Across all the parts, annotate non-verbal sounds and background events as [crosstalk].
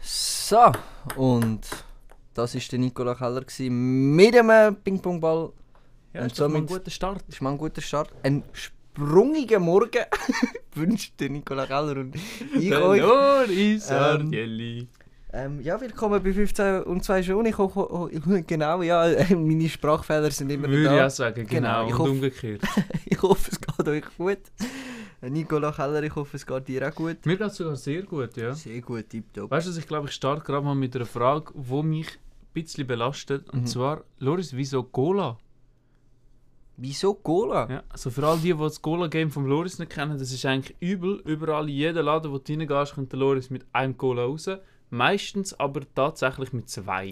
So, und das war der Nikola Keller gewesen mit einem Ping-Pong-Ball. Ja, Und ist doch mal ein somit- guter Start. Das ist mal ein guter Start. Ein sprungiger Morgen [laughs] wünscht der Nikola Keller und ich euch. ist Ähm, Argelli. Ähm, ja, willkommen bei 15 und 2 schon. Ich hoffe, oh, [laughs] genau, ja, äh, meine Sprachfehler sind immer noch Würde ich da. auch sagen, Genau, genau. ich und hoffe- umgekehrt. Ich hoffe, es geht euch gut. Äh, Nikola Keller, ich hoffe, es geht dir auch gut. Mir geht es sogar sehr gut, ja. Sehr gut, tipptopp. Weißt du, was, ich glaube, ich starte gerade mal mit einer Frage, die mich ein bisschen belastet. Und Mhm. zwar, Loris, wieso Cola? Wieso Cola? Ja, also für all die, die das Cola-Game von Loris nicht kennen, das ist eigentlich übel. Überall, in jedem Laden, wo du reingehst, kommt der Loris mit einem Cola raus. Meistens aber tatsächlich mit [laughs] zwei.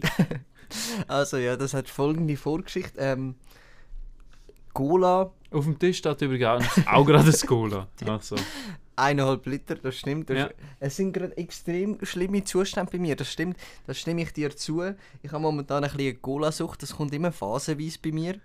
Also ja, das hat folgende Vorgeschichte. Ähm, Cola, Auf dem Tisch steht übrigens auch gerade ein [laughs] Cola. Also, eineinhalb Liter, das stimmt. Das Ja. ist- Es sind gerade extrem schlimme Zustände bei mir, das stimmt. Das stimme ich dir zu. Ich habe momentan ein bisschen eine Cola-Sucht, das kommt immer phasenweise bei mir.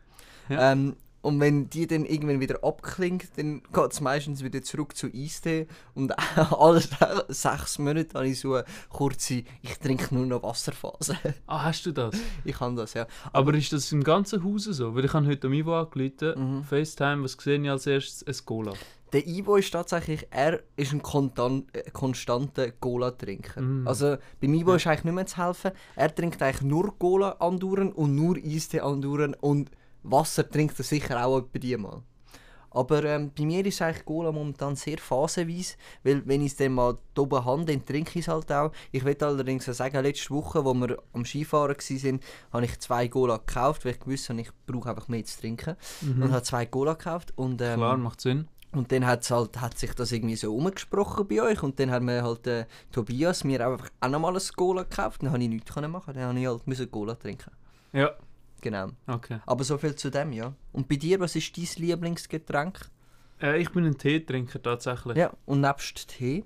Ja. Ähm, und wenn die dann irgendwann wieder abklingt, dann geht es meistens wieder zurück zu Eistee. Und [laughs] alle se- sechs Monate habe ich so eine kurze «Ich trinke nur noch Wasserphase». [laughs] ah, hast du das? Ich habe das, ja. Aber ist das im ganzen Haus so? Weil ich habe heute am Ivo angerufen, Mhm. FaceTime, was sehe ich als erstes? Ein Cola. Der Ivo ist tatsächlich, er ist ein kontan- äh, konstanter Cola-Trinker. Mm. Also beim Ivo ist eigentlich nicht mehr zu helfen. Er trinkt eigentlich nur Cola andauern und nur Eistee andauern und Wasser trinkt er sicher auch bei dir mal. Aber ähm, bei mir ist eigentlich Cola momentan sehr phasenweise, weil wenn ich es dann mal da oben habe, dann trinke ich es halt auch. Ich will allerdings auch sagen, letzte Woche, wo wir am Skifahren waren, habe ich zwei Cola gekauft, weil ich gewusst habe, ich brauche einfach mehr zu trinken. Und habe zwei Cola gekauft und ähm, Mhm. Klar, macht Sinn. und dann hat's halt, hat sich das irgendwie so umgesprochen bei euch. Und dann haben wir halt äh, Tobias mir einfach auch nochmal ein Cola gekauft. Dann konnte ich nichts können machen. Dann habe ich halt müssen Cola trinken. Ja, Genau. okay. Aber so viel zu dem, ja. Und bei dir, was ist dein Lieblingsgetränk? Äh, ich bin ein Teetrinker tatsächlich. Ja, und nebst Tee?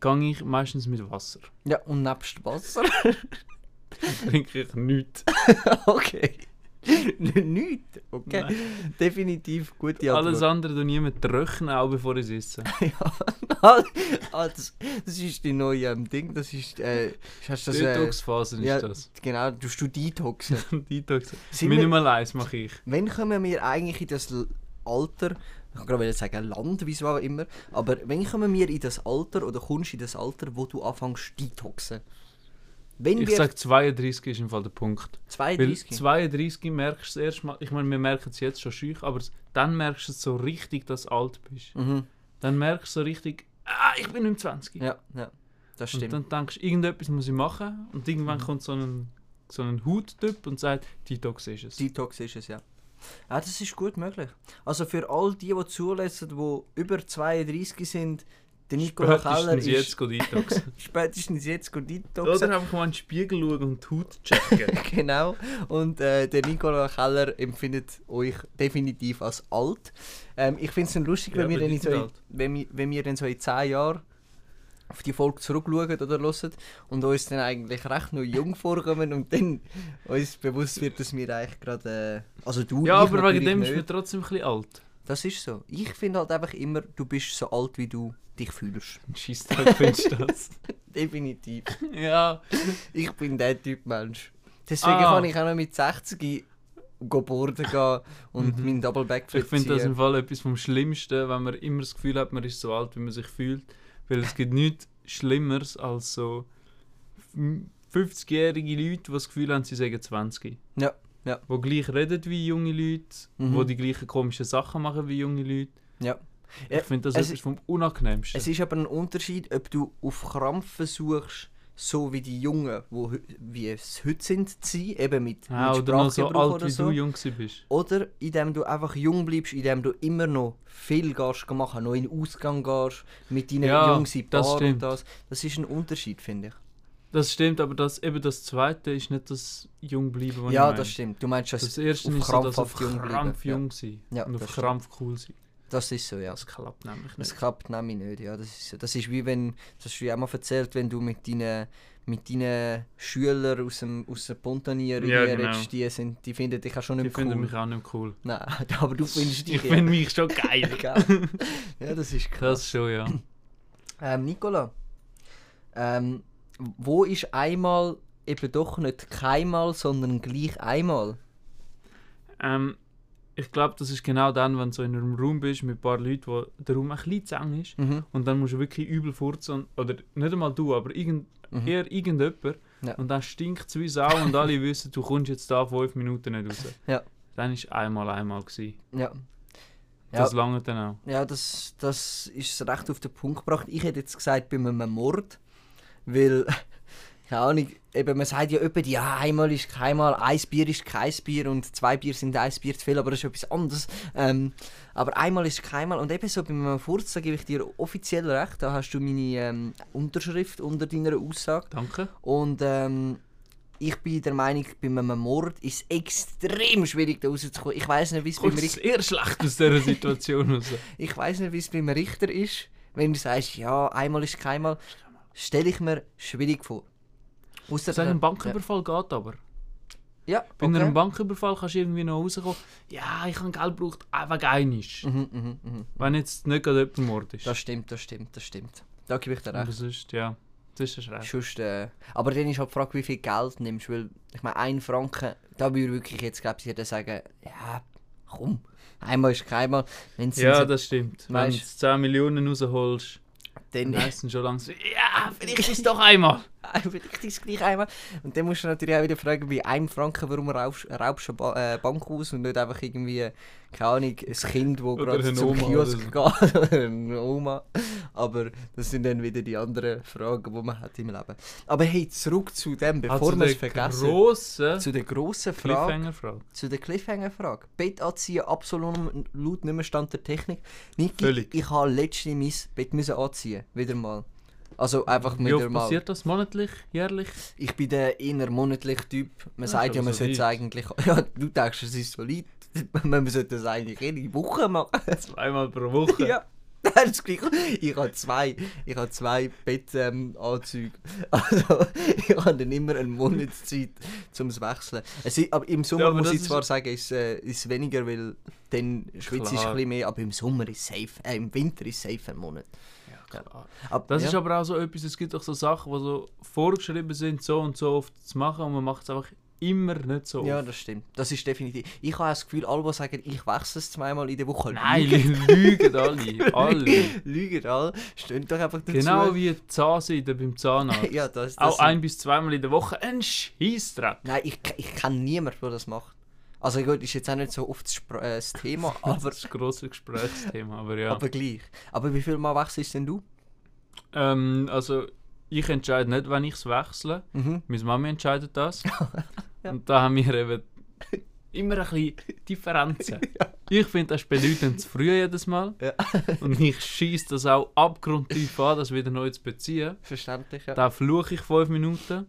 Gehe ich meistens mit Wasser. [laughs] Ja, und nebst Wasser? [laughs] Trinke ich nichts. okay. Nicht? Okay. Definitiv gute Antwort. [laughs] Alles andere tue ich immer tröchnen, auch bevor ich es esse. ah, das, das ist die neue ähm, Ding. Das ist. Äh, hast du das, äh, Detox-Phase ist ja, das. [laughs] genau, du du detoxen. Detox. Sind wir- Minimal Eis mache ich. Wann kommen wir eigentlich in das L- Alter, ich wollte gerade sagen Land, wieso auch immer, aber wann kommen wir in das Alter oder kommst du in das Alter, wo du anfängst detoxen? Wenn Ich wir sage 32 ist im Fall der Punkt. Weil 32, 32 merkst du es erst mal. Ich meine, wir merken es jetzt schon schüch, aber s- dann merkst du es so richtig, dass du alt bist. mhm. Dann merkst du so richtig, ah, ich bin im 20. ja, ja, das und stimmt. Mhm. dann denkst du, irgendetwas muss ich machen. Und irgendwann kommt so ein, so ein Hauttyp und sagt, Detox ist es. Detox ist es, ja. Ja, das ist gut möglich. Also für all die, die zulassen, die über 32 sind, der Nikola Keller Spätestens ist jetzt [laughs] geht Detox. spätestens jetzt gut detoxen. Oder einfach mal in den Spiegel schauen und die [laughs] Haut checken. Genau. Und äh, der Nikola Keller empfindet euch definitiv als alt. Ähm, ich finde es dann lustig, Ja, wenn, wir aber dann in nicht so in, alt. wenn, wir, wenn wir dann so in 10 Jahren auf die Folge zurückschauen oder hören und uns dann eigentlich recht noch jung [laughs] vorkommen und dann uns bewusst wird, dass wir eigentlich gerade... Äh, also du, ja, ich aber wegen natürlich dem ist man nicht. trotzdem ein bisschen alt. Das ist so. Ich finde halt einfach immer, du bist so alt, wie du dich fühlst. Scheissdreck findest du das? Definitiv. [laughs] ja. Ich bin der Typ Mensch. Deswegen Ah. kann ich auch noch mit 60 go boarden gehen und meinen Double Backflip Mhm. Ich finde das ziehen. im Fall etwas vom Schlimmsten, wenn man immer das Gefühl hat, man ist so alt, wie man sich fühlt. Weil es gibt nichts Schlimmeres als so 50-jährige Leute, die das Gefühl haben, sie seien 20. Ja, ja. Die gleich reden wie junge Leute, Mhm. die die gleichen komischen Sachen machen wie junge Leute. Ja. Ja, Ich finde das es- etwas vom Unangenehmsten. Es ist aber ein Unterschied, ob du auf Krampf versuchst, so wie die Jungen, wo, hü- wie es heute sind, zu sein, eben mit, ah, mit oder noch so Sprachgebrauch alt, oder wie so. du jung gewesen bist. Oder indem du einfach jung bleibst, indem du immer noch viel gehst machen, noch in den Ausgang gehst, mit deinen Ja, Jungs in die das Bar und stimmt. das. Das ist ein Unterschied, finde ich. Das stimmt, aber das, eben das Zweite ist nicht das Jungbleiben, was ich ja, meine. das stimmt. Du meinst, dass Oh Das Erste auf ist so, Krampf dass auf auf jung bleiben, Krampf ja. jung sein Ja, und auf das stimmt. Krampf cool sein. das ist so, ja. Das klappt nämlich Es nicht. klappt nämlich nicht, ja. Das ist, so. das ist wie wenn, das hast du ja auch mal erzählt, wenn du mit deinen, mit deinen Schülern aus, dem, aus der Pontanier Ja, irgendwie genau. redest, die, sind, die finden dich auch schon Die nicht mehr cool. finden mich auch nicht cool. Nein, [laughs] aber du findest dich ich ja. finde mich schon geil. [laughs] Gell? [laughs] ja, das ist krass. Das schon, ja. Ähm, Nicola, ähm, wo ist einmal eben doch nicht keinmal, sondern gleich einmal? Ähm, ich glaube, das ist genau dann, wenn du so in einem Raum bist mit ein paar Leuten, wo der Raum ein bisschen zu eng ist. Mhm. Und dann musst du wirklich übel furzen. und- Oder nicht einmal du, aber irgend, Mhm. eher irgendjemand. Ja. Und dann stinkt es wie Sau [laughs] und alle wissen, du kommst jetzt da fünf Minuten nicht raus. Ja. Dann war einmal einmal. Gewesen. Ja. Ja. Das lange dann auch. Ja, das, das ist recht auf den Punkt gebracht. Ich hätte jetzt gesagt, bei einem Mord, weil, [laughs] keine Ahnung, eben, man sagt ja öppe, ja, einmal ist keinmal, ein Bier ist kein Bier und zwei Bier sind ein Bier zu viel, aber das ist etwas anderes. Ähm, aber einmal ist keinmal und eben so bei einem Furz, da gebe ich dir offiziell recht, da hast du meine ähm, Unterschrift unter deiner Aussage. Danke. Und ähm, ich bin der Meinung, bei einem Mord ist es extrem schwierig, da rauszukommen. Ich weiß nicht, wie es beim Kommst du Richter sehr schlecht aus dieser [laughs] Situation raus. ich weiß nicht, wie es beim Richter ist, wenn du sagst, ja, einmal ist keinmal, stelle ich mir schwierig vor. Ausser So ein Banküberfall geht aber. Ja, Bei einem okay. Banküberfall kannst du irgendwie noch rauskommen, ja, ich habe Geld gebraucht, einfach einisch. Mhm, mhm, mhm. Wenn jetzt nicht gerade jemand Mord ist. Das stimmt, das stimmt, das stimmt. Da gebe ich dir aber recht. sonst, ja. Das ist schrecklich. Sonst, äh, aber dann ist halt die Frage, wie viel Geld nimmst, weil ich meine, ein Franken, da würde ich wirklich jetzt glaube ich jeder sagen, ja, komm, einmal ist keinmal. Wenn es Ja, dann, das stimmt. Wenn Weißt- du jetzt 10 Millionen rausholst, dann dann heisst es schon langsam, Ah, ja, vielleicht ist es doch einmal. [laughs] einfach richtig gleich einmal. Und dann musst du natürlich auch wieder fragen, bei einem Franken, warum raubst, raubst du eine ba äh, Bank aus und nicht einfach irgendwie, keine Ahnung, ein Kind, das Oder gerade eine zum Oma Kiosk geht [laughs] oder eine Oma. Aber das sind dann wieder die anderen Fragen, die man hat im Leben. Aber hey, zurück zu dem, Also bevor wir es vergessen. grossen Zu der grossen Frage, Cliffhanger-Frage. zu der Cliffhanger-Frage. Bett anziehen, absolut laut, nicht mehr Stand der Technik. Niki, Völlig. ich habe letztens mein Bett müssen anziehen, wieder mal. Also einfach Wie wieder oft mal. passiert das? Monatlich? Jährlich? Ich bin der eher monatliche Typ. Man Das ist sagt ja, aber man so sollte es weit. eigentlich. [laughs] Ja, du denkst, es ist solid. [laughs] Man sollte es eigentlich jede Woche [laughs] machen. Zweimal pro Woche? ja. [laughs] Das ist gleich. Ich habe zwei, ich habe zwei Bettanzüge. [laughs] also ich habe dann immer einen Monat Zeit, um es zu wechseln. Es ist, aber Im Sommer Ja, aber muss das ich ist- zwar sagen, ist, äh, ist weniger, weil dann schwitzt es ein Klar. bisschen mehr, aber im Sommer ist safe, äh, im Winter ist safe ein Monat. Ja, klar. Aber, Das ja. ist aber auch so etwas, es gibt auch so Sachen, die so vorgeschrieben sind, so und so oft zu machen und man macht es einfach immer nicht so Ja, oft. das stimmt. Das ist definitiv. Ich habe auch das Gefühl, alle, die sagen, ich wechsle es zweimal in der Woche, Nein, lügen alle. alle. [laughs] lügen. Lügen alle. Stimmt doch einfach dazu. Genau wie die Zahnseide beim [laughs] Zahnarzt. Ja, das, das auch ein bis zweimal in der Woche ein Scheissdreck. Nein, ich, ich kenne niemanden, der das macht. Also gut, ist jetzt auch nicht so oft das, Spr- äh, das [laughs] Thema, aber, Das ist ein grosses Gesprächsthema, aber ja. aber gleich. Aber wie viel Mal wechselst denn du? Ähm, also, ich entscheide nicht, wann ich es wechsle. Mhm. Meine Mami entscheidet das. [laughs] Ja. Und da haben wir eben immer ein bisschen [laughs] Differenzen. Ich finde das ist bedeutend zu früh jedes Mal. Ja. [laughs] Und ich schieße das auch abgrundtief an, das wieder neu zu beziehen. Verständlich, ja. Da fluche ich fünf Minuten.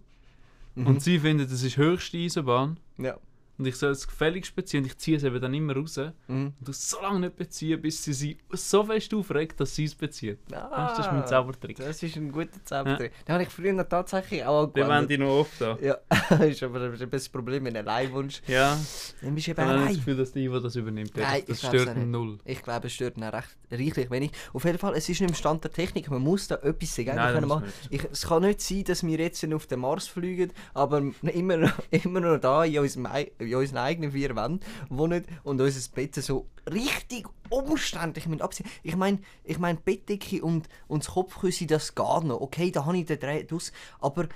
Mhm. Und sie findet, das ist höchste Eisenbahn. ja. Und ich soll es gefälligst beziehen. Und ich ziehe es eben dann immer raus. Und Mhm. das so lange nicht beziehen, bis sie sich so fest aufregt, dass sie es bezieht. Weißt du, Das ist mein Zaubertrick. Ah, Das ist ein guter Zaubertrick. Den habe ich früher noch tatsächlich auch Den wende angewendet. ich noch oft an. Ja, [laughs] ist aber das ist eben das Problem, wenn du Äh, allein wohnst. Ja, Dann bist du eben dann habe ich das allein. Gefühl, dass der Ivo das übernimmt. Nein, das ich glaub's stört auch ihn null. Ich glaube, es stört ihn auch recht reichlich wenig. Auf jeden Fall, es ist nicht im Stand der Technik. Man muss da etwas dagegen Nein, können das muss machen. Ich, es kann nicht sein, dass wir jetzt auf den Mars fliegen, aber [laughs] immer noch, immer noch da in, unserem, ei- in unseren eigenen vier Wänden wohnen und unser Bett so richtig umständlich mit abziehen. Ich meine, ich mein, die Bettdecke und, und das Kopfkissen, das geht noch. Okay, da habe ich den Dreh draus, aber,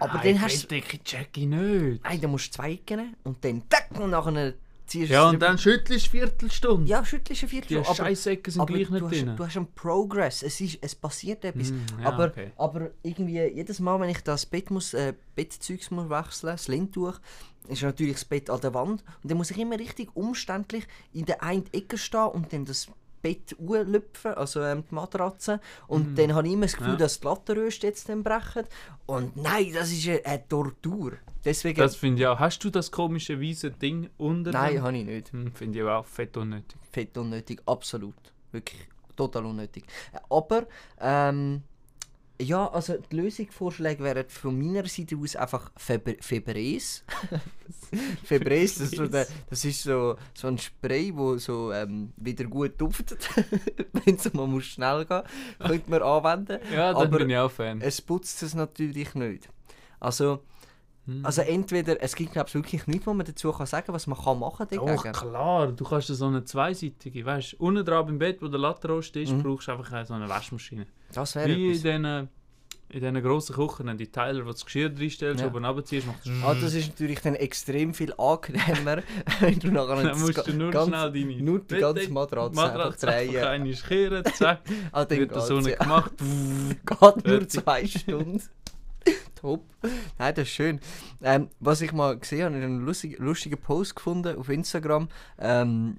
aber Nein, dann hast du... Bettdecke check ich nicht. Nein, dann musst du zwei nehmen und dann tack und nachher ziehst du Ja, es und drüber. dann schüttelst du Viertelstunde. Ja, schüttelst du eine Viertelstunde, Die aber- Scheißecken sind gleich du nicht hast, drin. du hast einen Progress, es, ist, es passiert etwas. Mm, ja, aber, okay. aber irgendwie jedes Mal, wenn ich das Bett muss, äh, Bettzeugs muss wechseln, das Lindtuch, ist natürlich das Bett an der Wand und dann muss ich immer richtig umständlich in der einen Ecke stehen und dann das Bett anlüpfen, also ähm, die Matratze und dann habe ich immer das Gefühl, Mhm. Ja. dass die Lattenröste jetzt dann brechen und nein, das ist eine, eine Tortur. Deswegen, Das finde ich auch. Hast du das komische weiße Ding unter nein, dem- habe ich nicht. Hm, Finde ich aber auch fett unnötig. fett unnötig, absolut. Wirklich total unnötig. Äh, Aber, ähm, ja, also die Lösungsvorschläge wären von meiner Seite aus einfach Febre- Febres. Febreze, das, ist so der- das ist so, so ein Spray, wo so ähm, wieder gut [laughs] duftet, wenn es mal muss schnell gehen muss, könnte man anwenden. Ja, dann Aber- Äh, bin ich auch Fan. Es putzt es natürlich nicht. Also, Hm. also entweder, es gibt glaube ich wirklich nichts, was man dazu kann sagen kann, was man kann machen Ja, dagegen. klar, du kannst so eine zweiseitige, weißt du, unten dran im Bett, wo der Lattenrost ist, Mhm. brauchst du einfach äh, so eine Waschmaschine. Das wäre Wie in etwas. diesen, in diesen grossen Küchen, die Teile, wo du das Geschirr reinstellst, Ja. oben runterziehst, macht Ah, das ist natürlich dann extrem viel angenehmer, [laughs] wenn du nachher [laughs] dann das musst du ga- nur ganz- schnell deine nur die ganze Bettdecke- Matratze, Matratze einfach einfach drehen. einmal kehren, zack, Ah, dann wird das geht's, so ja. [laughs] gemacht. Geht nur Fertig. zwei Stunden. [laughs] Top. Nein, das ist schön. Ähm, was ich mal gesehen habe, ich habe einen lustig, lustigen Post gefunden auf Instagram, ähm,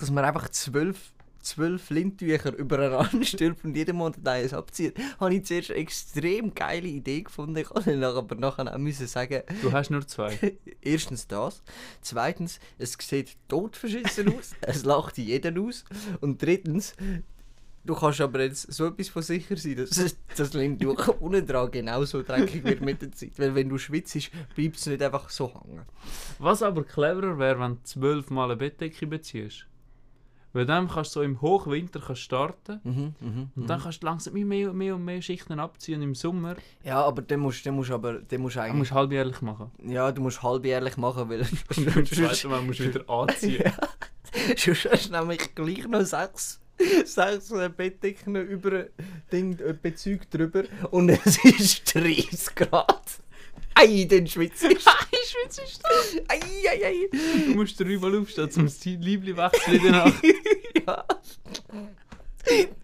dass man einfach zwölf, zwölf Lindtücher [laughs] übereinander stülpt und jeden Monat eines abzieht. Habe ich zuerst eine extrem geile Idee gefunden. Ich musste dann aber nachher auch müssen sagen, Du hast nur zwei. [laughs] Erstens das. Zweitens, es sieht totverschissen [laughs] aus. es lacht jeden aus. Und drittens, du kannst aber jetzt so etwas von sicher sein, dass es- das [laughs] Lindtuch unten dran genauso dreckig wird mit der Zeit. Weil wenn du schwitzt, bleibt es nicht einfach so hängen. Was aber cleverer wäre, wenn du zwölfmal eine Bettdecke beziehst. Weil dann kannst du so im Hochwinter kannst starten Mhm, mhm, und dann kannst du langsam immer mehr, mehr und mehr Schichten abziehen im Sommer. Ja, aber dann musst, dann musst aber, dann musst Du eigentlich, musst [laughs] halbjährlich machen. ja, du musst halbjährlich machen, [laughs] weil Und beim sonst- zweiten Mal musst du [laughs] wieder anziehen. Sonst hast du nämlich gleich noch sechs, sechs äh, Bettdecken über Ding, äh, Bezüge drüber und es [laughs] ist 30 Grad. Ei, dann schwitze ich. Schwitz ist Ei, ei, ei. Du musst dreimal aufstehen, um das Liebling wechseln in der Nacht. [laughs] Ja.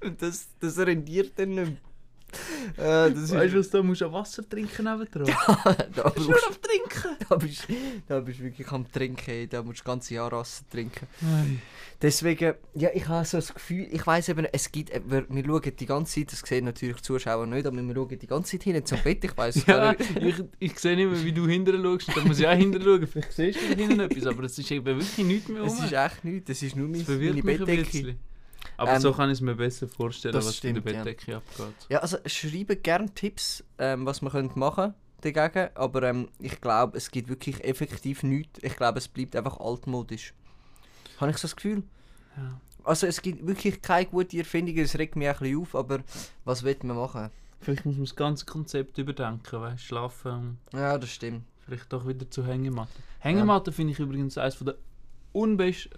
Und Das, das rendiert dann nicht mehr. Äh, das Weißt du ist, was, da musst du auch Wasser trinken nebendran. [laughs] da, Du brauchst, musst auf trinken. da, bist, da bist du wirklich am Trinken, ey. da musst du das ganze Jahr Rassen trinken. Nein. Deswegen, ja, ich habe so das Gefühl, ich weiß eben, es gibt, äh, wir, wir schauen die ganze Zeit, das sehen natürlich die Zuschauer nicht, aber wir schauen die ganze Zeit hin zum Bett, ich [laughs] weiß [laughs] Ja, ich, ich sehe nicht mehr, wie du hinterher schaust. und Da muss ich auch hinterher schauen. Vielleicht siehst du da hinten etwas, aber es ist eben wirklich nichts mehr Es ist rum. echt nichts, das ist nur mein, Es verwirrt meine mich ein Bettdecke. bisschen. Aber Ähm, so kann ich es mir besser vorstellen, das was in der stimmt, ja. Bettdecke abgeht. Ja, also schreiben gerne Tipps, ähm, was man könnte machen dagegen, aber ähm, ich glaube, es gibt wirklich effektiv nichts. Ich glaube, es bleibt einfach altmodisch. Habe ich so das Gefühl? Ja. Also es gibt wirklich keine gute Erfindung, es regt mich ein bisschen auf, aber was will man machen? Vielleicht muss man das ganze Konzept überdenken. Weißt? Schlafen, und Ja, das stimmt. vielleicht doch wieder zu Hängematten. Hängematten finde ich übrigens eines der unbest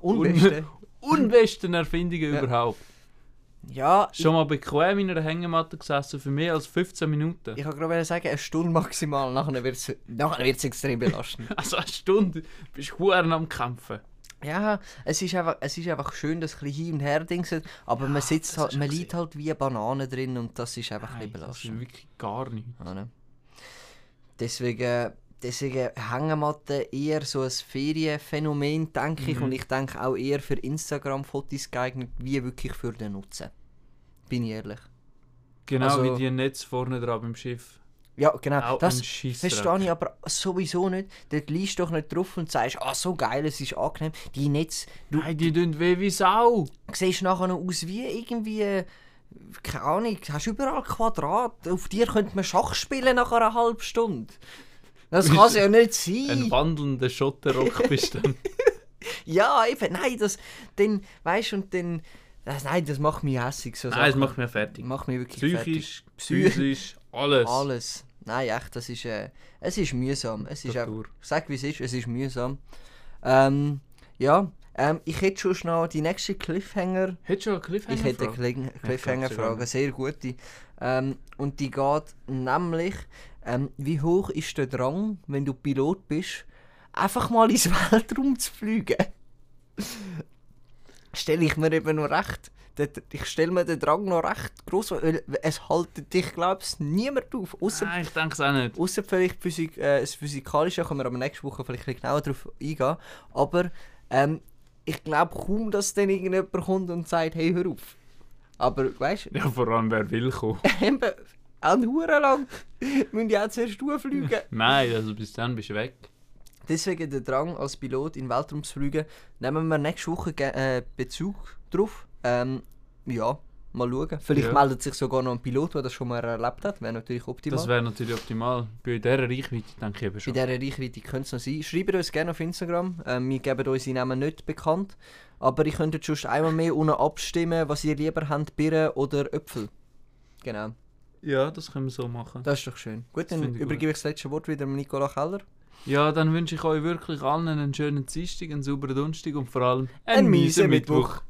Unbeste. [laughs] unbesten Erfindungen Ja. überhaupt. Ja, Schon mal bequem in einer Hängematte gesessen für mehr als 15 Minuten. Ich kann gerade sagen, eine Stunde maximal, nachher wird es nachher wird's extrem belastend. [laughs] Also eine Stunde bist du verdammt am Kämpfen. [laughs] ja, es ist, einfach, es ist einfach schön, dass ein bisschen hin und her dingsen, aber man sitzt das halt, hast du man gesehen. liegt halt wie eine Banane drin und das ist einfach ein bisschen Nein, das ist belastend. wirklich gar nicht. Ja, ne? Deswegen, deswegen Hängematte eher so ein Ferienphänomen, denke ich, Mhm. und ich denke auch eher für Instagram-Fotos geeignet, wie wirklich für den Nutzen. Bin ich ehrlich. Genau Also- wie die Netze vorne dran beim Schiff. Ja, genau. Auch das, ein Schiss. Verstehe ich aber sowieso nicht. Dort liest doch nicht drauf und sagst, ah, so geil, es ist angenehm. Die Netz, du Nein, die tun weh wie Sau. siehst nachher noch aus wie irgendwie, äh, keine Ahnung, hast überall Quadrat. Auf dir könnte man Schach spielen nach einer halben Stunde. Das kann es ja [laughs] nicht Ein sein. wandelnder Schotterrock [laughs] bist du dann. Ja, eben, nein, das, dann, weißt du, und dann, das, nein, das macht mich hässig. So Nein, es Sachen. macht mich fertig. macht mich wirklich fertig. Psychisch, Psych- [laughs] physisch, alles. Alles. Nein, echt, das ist, äh, es ist mühsam. Es ist einfach, Tortur. Ich sag wie es ist, es ist mühsam. Ähm, ja, ähm, ich hätte schon schnell die nächste Cliffhanger. Hättest du einen Cliffhanger? Ich hätte eine gefragt? Cli- sogar Cliffhanger-Frage, nicht. sehr gute. Ähm, und die geht nämlich, ähm, wie hoch ist der Drang, wenn du Pilot bist, einfach mal ins [laughs] Weltraum zu fliegen? stelle ich mir eben noch recht. den- Ich stelle mir den Drang noch recht groß, weil es haltet dich, glaubst niemand auf, außer Nein, ich denke es auch nicht. Außer vielleicht Physik, äh, das Physikalische, können wir aber nächste Woche vielleicht ein bisschen genauer darauf eingehen. Aber ähm, ich glaube kaum, dass dann irgendjemand kommt und sagt, hey, hör auf. Aber [laughs] weißt [laughs] du, Ja, vor allem, wer will kommen. eben, auch Huren lang [laughs] müssen die auch zuerst fliegen. [laughs] Nein, also bis dann bist du weg. Deswegen der Drang als Pilot in den Weltraum zu fliegen, nehmen wir nächste Woche ge- äh, Bezug drauf. Ähm, ja, Mal schauen. Vielleicht Ja. meldet sich sogar noch ein Pilot, der das schon mal erlebt hat. Wäre natürlich optimal. Das wäre natürlich optimal. Bei dieser Reichweite denke ich eben Bei schon. dieser Reichweite könnte es noch sein. Schreibt uns gerne auf Instagram. Ähm, wir geben unsere Namen nicht bekannt. Aber ihr könntet schon einmal mehr unten abstimmen, was ihr lieber habt, Birnen oder Äpfel. Genau, Ja, das können wir so machen. das ist doch schön. Gut, Das dann finde ich gut. übergebe ich das letzte Wort wieder an Nicola Keller. Ja, dann wünsche ich euch wirklich allen einen schönen Dienstag, einen sauberen Donnerstag und vor allem Einen miesen Mittwoch.